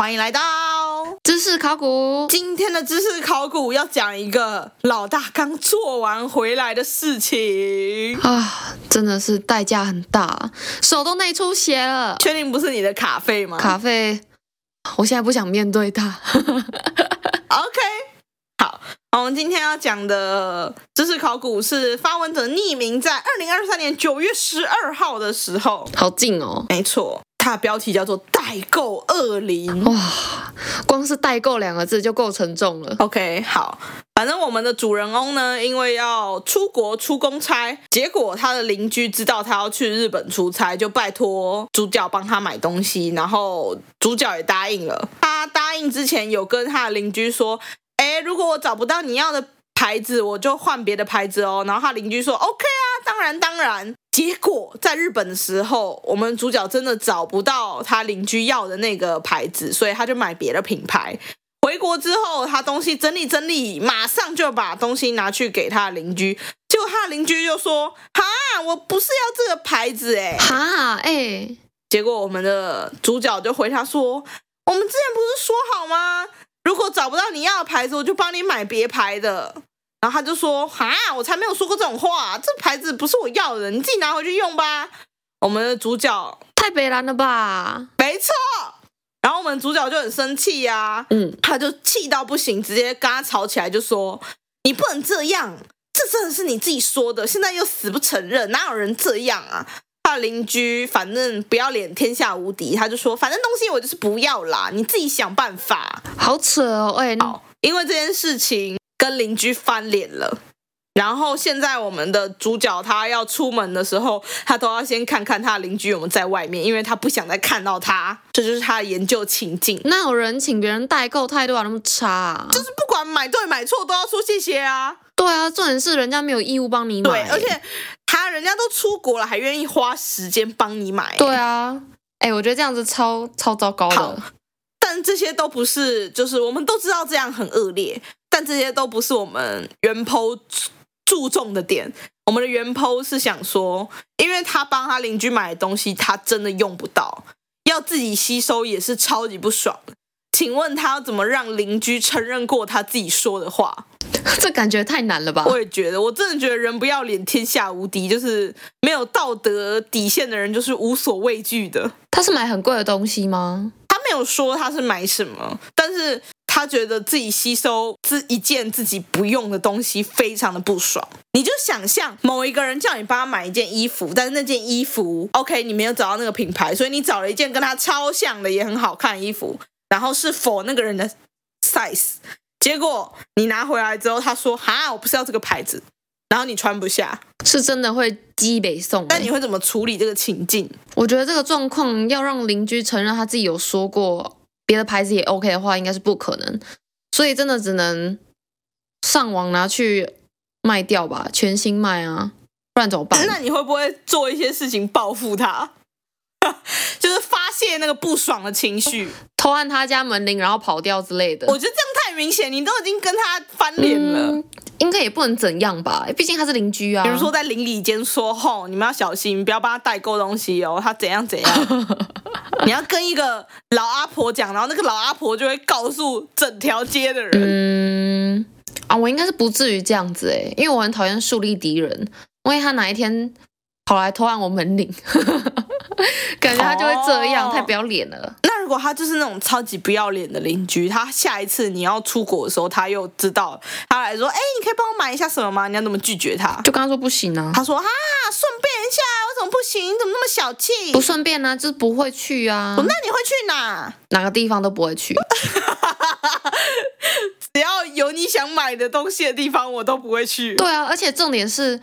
Speaker 2: 欢迎来到
Speaker 3: 知识考古，
Speaker 2: 今天的知识考古，要讲一个老大刚做完回来的事情。
Speaker 3: 啊，真的是代价很大啊，手都内出血了。
Speaker 2: 确定不是你的卡费吗？
Speaker 3: 咖啡，我现在不想面对它。
Speaker 2: OK，好，我们今天要讲的知识考古是发文者匿名在二零二三年九月十二号的时候，
Speaker 3: 好近哦，
Speaker 2: 没错，它的标题叫做“代购恶灵”。
Speaker 3: 哇，光是代购两个字就够沉重了。
Speaker 2: OK，好，反正我们的主人翁呢，因为要出国出公差，结果他的邻居知道他要去日本出差，就拜托主角帮他买东西，然后主角也答应了。他答应之前有跟他的邻居说：“哎，如果我找不到你要的牌子，我就换别的牌子哦。”然后他邻居说：“OK 啊，当然当然。”结果在日本的时候，我们主角真的找不到他邻居要的那个牌子，所以他就买别的品牌。回国之后，他东西整理整理，马上就把东西拿去给他的邻居。结果他的邻居就说：“哈，我不是要这个牌子哎、
Speaker 3: 哈，哎、
Speaker 2: 结果我们的主角就回他说：“我们之前不是说好吗？如果找不到你要的牌子，我就帮你买别牌的。”然后他就说：“哈，我才没有说过这种话，这牌子不是我要的，你自己拿回去用吧。”我们的主角
Speaker 3: 太北蓝了吧？
Speaker 2: 没错，然后我们主角就很生气呀、
Speaker 3: 嗯，
Speaker 2: 他就气到不行，直接跟他吵起来，就说：“你不能这样，这真的是你自己说的，现在又死不承认，哪有人这样啊？”他邻居反正不要脸，天下无敌，他就说：“反正东西我就是不要啦，你自己想办法。
Speaker 3: 好扯哦，哎、”
Speaker 2: 因为这件事情跟邻居翻脸了。然后现在我们的主角他要出门的时候，他都要先看看他的邻居有没有在外面，因为他不想再看到他。这就是他的研究情境。
Speaker 3: 那有人请别人代购态度还那么差、啊？
Speaker 2: 就是不管买对买错都要说谢谢啊。
Speaker 3: 对啊，重点是人家没有义务帮你买。
Speaker 2: 对，而且他人家都出国了，还愿意花时间帮你买。
Speaker 3: 对，啊，哎、我觉得这样子超超糟糕
Speaker 2: 好
Speaker 3: 的。
Speaker 2: 但这些都不是，就是我们都知道这样很恶劣，但这些都不是我们原 PO 注重的点。我们的原 PO 是想说，因为他帮他邻居买的东西，他真的用不到，要自己吸收也是超级不爽的。请问他要怎么让邻居承认过他自己说的话？
Speaker 3: 这感觉太难了吧？
Speaker 2: 我也觉得，我真的觉得人不要脸，天下无敌。就是没有道德底线的人，就是无所畏惧的。
Speaker 3: 他是买很贵的东西吗？
Speaker 2: 他没有说他是买什么，但是他觉得自己吸收这一件自己不用的东西，非常的不爽。你就想象某一个人叫你帮他买一件衣服，但是那件衣服，OK，你没有找到那个品牌，所以你找了一件跟他超像的也很好看的衣服，然后是否那个人的 size，结果你拿回来之后，他说：“哈，我不是要这个牌子。”然后你穿不下，
Speaker 3: 是真的会鸡北送、
Speaker 2: 那你
Speaker 3: 哎
Speaker 2: 会怎么处理这个情境？
Speaker 3: 我觉得这个状况要让邻居承认他自己有说过别的牌子也 OK 的话，应该是不可能。所以真的只能上网拿去卖掉吧，全新卖啊，不然怎么办？
Speaker 2: 那你会不会做一些事情报复他？ 就是发泄那个不爽的情绪。
Speaker 3: 偷按他家门铃然后跑掉之类的。
Speaker 2: 我觉得这样太明显，你都已经跟他翻脸了。
Speaker 3: 嗯，应该也不能怎样吧，毕竟他是邻居啊。
Speaker 2: 比如说在 邻里间说：“吼，你们要小心，不要帮他代购东西哦，他怎样怎样。”你要跟一个老阿婆讲，然后那个老阿婆就会告诉整条街的人。
Speaker 3: 嗯，啊，我应该是不至于这样子哎，因为我很讨厌树立敌人，万一他哪一天跑来偷按我门铃， 感觉他就会这样，
Speaker 2: 哦
Speaker 3: 太不要脸了。
Speaker 2: 那如果他就是那种超级不要脸的邻居，他下一次你要出国的时候，他又知道，他来说：“哎、你可以帮我买一下什么吗？”你要怎么拒绝他？
Speaker 3: 就跟他说不行啊，
Speaker 2: 他说：“啊，顺便一下，我怎么不行？你怎么那么小气？”
Speaker 3: 不顺便啊，就是不会去啊
Speaker 2: 哦，，那你会去哪？
Speaker 3: 哪个地方都不会去。
Speaker 2: 只要有你想买的东西的地方，我都不会去。
Speaker 3: 对啊，而且重点是，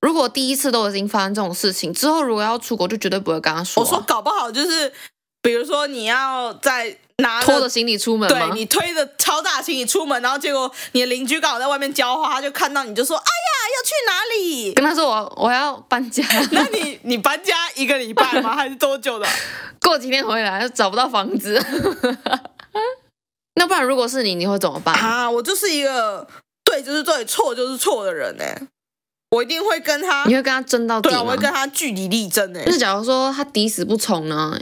Speaker 3: 如果第一次都已经发生这种事情，之后如果要出国，就绝对不会跟他说
Speaker 2: 我
Speaker 3: 啊、
Speaker 2: 说搞不好就是，比如说你要在拿
Speaker 3: 拖着行李出门吗
Speaker 2: 对？你推着超大行李出门，然后结果你的邻居刚好在外面浇花，他就看到你就说：“哎呀，要去哪 里？”
Speaker 3: 跟他说我我要搬家，
Speaker 2: 那你你搬家一个礼拜 吗？还是多久的？
Speaker 3: 过几天回来找不到房子。 那不然如果是你，你会怎么办？
Speaker 2: 啊，我就是一个对就是对，错就是错的人呢、欸我一定会跟他
Speaker 3: 你，会跟他争到底
Speaker 2: 对
Speaker 3: 吗？
Speaker 2: 啊，我会跟他据理力争欸呢、
Speaker 3: 那假如说他抵死不从呢？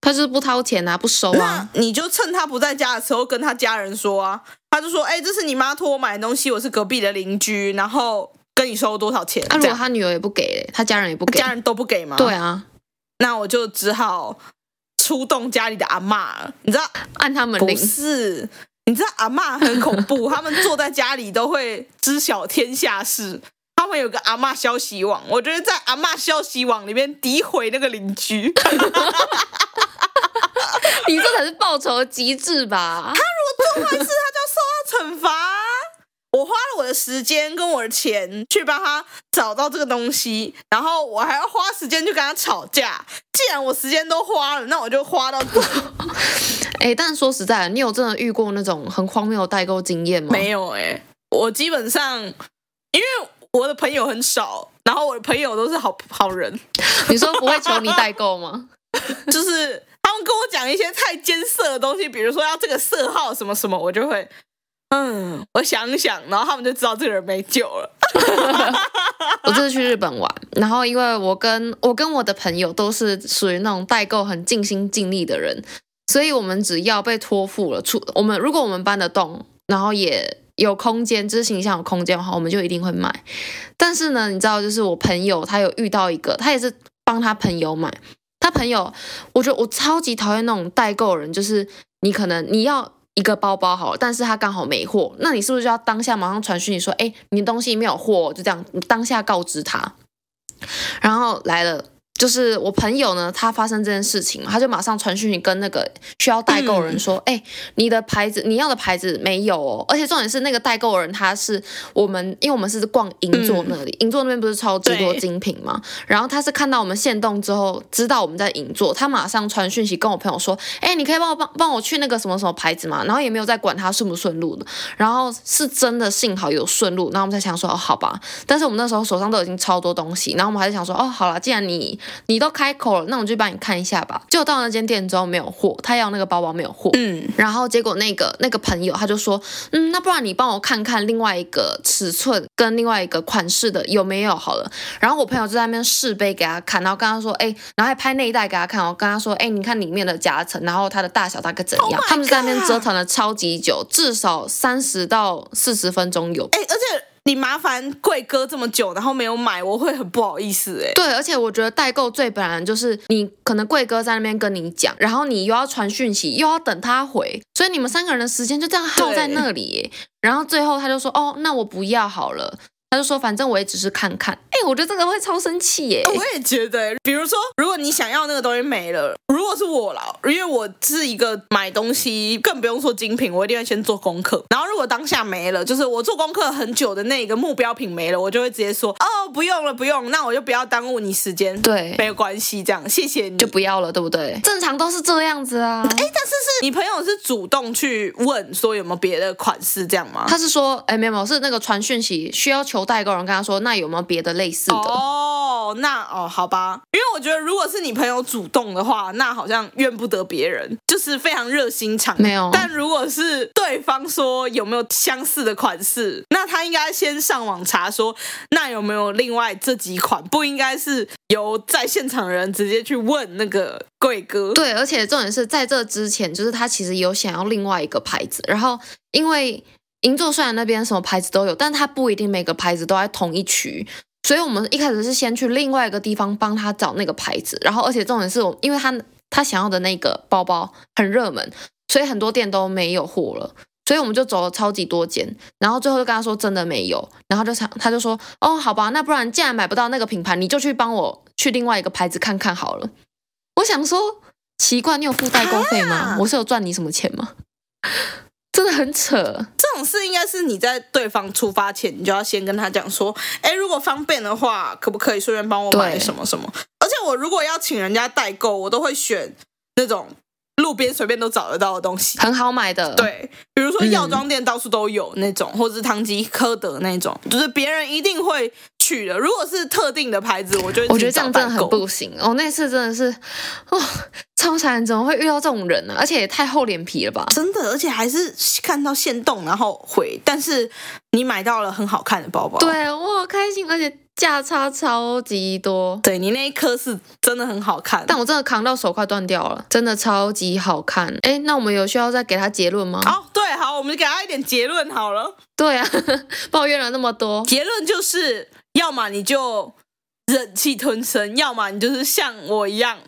Speaker 3: 他就是不掏钱啊，不收
Speaker 2: 那
Speaker 3: 啊。
Speaker 2: 你就趁他不在家的时候跟他家人说啊，他就说：“哎、这是你妈托我买的东西，我是隔壁的邻居，然后跟你收多少钱？”
Speaker 3: 啊，如
Speaker 2: 这
Speaker 3: 果
Speaker 2: 样
Speaker 3: 他女儿也不给嘞，他家人也不给，
Speaker 2: 家人都不给吗？
Speaker 3: 对，啊，
Speaker 2: 那我就只好出动家里的阿嬷了。你知道
Speaker 3: 按啊他门
Speaker 2: 不
Speaker 3: 铃。
Speaker 2: 是，你知道阿嬷很恐怖，他们坐在家里都会知晓天下事。他们有个阿嬷消息网，我觉得在阿嬷消息网里面诋毁那个邻居。他
Speaker 3: 你这才是报仇的极致吧？
Speaker 2: 如果做坏事，他就要受到惩罚啊。我花了我的时间跟我的钱去帮他找到这个东西，然后我还要花时间去跟他吵架。既然我时间都花了，那我就花到底。
Speaker 3: 哎、但说实在的，你有真的遇过那种很荒谬的代购经验吗？
Speaker 2: 没有哎、我基本上因为我的朋友很少，然后我的朋友都是好好人，
Speaker 3: 你说不会求你代购吗？
Speaker 2: 就是他们跟我讲一些太艰涩的东西，比如说要这个色号什么什么，我就会嗯，我想想，然后他们就知道这个人没救了。
Speaker 3: 我这次去日本玩，然后因为我跟我跟我的朋友都是属于那种代购很尽心尽力的人，所以我们只要被托付了，出我们如果我们搬得动，然后也有空间，就是行李箱有空间的话，我们就一定会买。但是呢，你知道，就是我朋友他有遇到一个，他也是帮他朋友买，他朋友，我觉得我超级讨厌那种代购人，就是你可能你要。一个包包好了，但是他刚好没货，那你是不是就要当下马上传讯你说，哎，你的东西没有货哦，就这样，你当下告知他。然后来了，就是我朋友呢，他发生这件事情嘛，他就马上传讯你跟那个需要代购人说，哎、你的牌子你要的牌子没有哦，而且重点是那个代购人他是我们，因为我们是逛银座那里，银、座那边不是超级多
Speaker 2: 对
Speaker 3: 精品嘛，然后他是看到我们现动之后，知道我们在银座，他马上传讯息跟我朋友说：“哎，你可以帮我帮帮我去那个什么什么牌子吗？”然后也没有再管他顺不顺路的，然后是真的幸好有顺路，然后我们才想说：“哦，好吧。”但是我们那时候手上都已经超多东西，然后我们还是想说：“哦，好了，既然你你都开口了，那我就帮你看一下吧。”结果到那间店之后没有货，他要那个包包没有货，
Speaker 2: 嗯，
Speaker 3: 然后结果那个那个朋友他就说，嗯，那不然你帮我看看另外一个尺寸跟另外一个款式的有没有好了。然后我朋友就在那边试背给他看，然后跟他说，哎、然后还拍内袋给他看，我跟他说，哎、你看里面的夹层，然后它的大小大概怎样
Speaker 2: Oh my
Speaker 3: 他们就在那边
Speaker 2: God
Speaker 3: 折腾了超级久，至少三十到四十分钟有。
Speaker 2: 哎、而且你麻烦贵哥这么久，然后没有买，我会很不好意思哎、
Speaker 3: 对，而且我觉得代购最本来就是你可能贵哥在那边跟你讲，然后你又要传讯息，又要等他回，所以你们三个人的时间就这样耗在那里耶。然后最后他就说：“哦，那我不要好了。”他就说：“反正我也只是看看。”哎，我觉得这个会超生气耶。
Speaker 2: 我也觉得、欸比如说，如果你想要那个东西没了，如果是我啦，因为我是一个买东西，更不用说精品，我一定会先做功课。然后如果当下没了，就是我做功课很久的那个目标品没了，我就会直接说哦，不用了，不用，那我就不要耽误你时间，
Speaker 3: 对
Speaker 2: 没有关系，这样谢谢你。
Speaker 3: 就不要了，对不对？正常都是这样子啊。
Speaker 2: 你朋友是主动去问说有没有别的款式这样吗？
Speaker 3: 他是说，哎，没有没有，是那个传讯息需要求代购人跟他说，那有没有别的类似的？
Speaker 2: 哦，那哦，好吧，因为我觉得如果是你朋友主动的话，那好像怨不得别人，就是非常热心肠。
Speaker 3: 没有
Speaker 2: 但如果是对方说有没有相似的款式，那他应应该先上网查说，那有没有另外这几款？不应该是由在现场人直接去问那个贵哥。
Speaker 3: 对，而且重点是在这之前，就是他其实有想要另外一个牌子，然后因为银座虽然那边什么牌子都有，但他不一定每个牌子都在同一区，所以我们一开始是先去另外一个地方帮他找那个牌子，然后而且重点是我，因为他他想要的那个包包很热门，所以很多店都没有货了。所以我们就走了超级多间，然后最后就跟他说真的没有，然后就想他就说哦好吧，那不然既然买不到那个品牌，你就去帮我去另外一个牌子看看好了。我想说，奇怪，你有付代购费吗？
Speaker 2: 啊
Speaker 3: 我是有赚你什么钱吗？ 真的很扯，
Speaker 2: 这种事应该是你在对方出发前，你就要先跟他讲说，哎，如果方便的话，可不可以顺便帮我买
Speaker 3: 对
Speaker 2: 什么什么？而且我如果要请人家代购，我都会选那种路边随便都找得到的东 西。
Speaker 3: 很好买的。，
Speaker 2: 对，比如说
Speaker 3: 嗯
Speaker 2: 药妆店到处都有那种，或者是唐吉诃德那种，就是别人一定会去的。如果是特定的牌子，我就会
Speaker 3: 我觉
Speaker 2: 自己
Speaker 3: 得这
Speaker 2: 找
Speaker 3: 样真的
Speaker 2: 代
Speaker 3: 很
Speaker 2: 购
Speaker 3: 不行。我、那次真的是，哦，超傻人怎么会遇到这种人呢、而且也太厚脸皮了吧？
Speaker 2: 真的，而且还是看到现动然后回，但是你买到了很好看的包包，
Speaker 3: 对啊我好开心，而且价差超级多。
Speaker 2: 对你那一颗是真的很好看，
Speaker 3: 但我真的扛到手快断掉了，真的超级好看。哎，那我们有需要再给他结论吗？
Speaker 2: 哦，对，好，我们给他一点结论好了。
Speaker 3: 对啊， 抱怨了那么多，
Speaker 2: 结论就是，要么你就忍气吞声，要么你就是像我一样，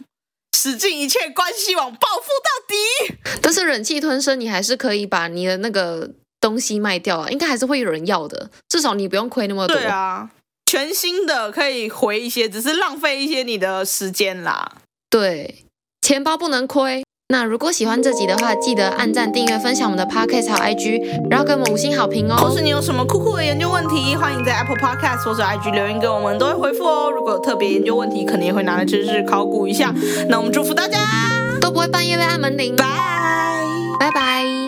Speaker 2: 使尽一切关系网报复到底。
Speaker 3: 但是忍气吞声，你还是可以把你的那个东西卖掉啊，应该还是会有人要的，至少你不用亏那么多。
Speaker 2: 对啊，全新的可以回一些，只是浪费一些你的时间啦。
Speaker 3: 对，钱包不能亏。那如果喜欢这集的话，记得按赞、订阅、分享我们的 podcast 和 IG，然后给我们五星好评
Speaker 2: 或
Speaker 3: 哦
Speaker 2: 是。你有什么酷酷的研究问题，欢迎在 Apple Podcast 或者 IG 留言给我们，都会回复哦。如果有特别研究问题，肯定也会拿来知识考古一下。那我们祝福大家，
Speaker 3: 都不会半夜被按门铃。
Speaker 2: 拜。
Speaker 3: 拜拜。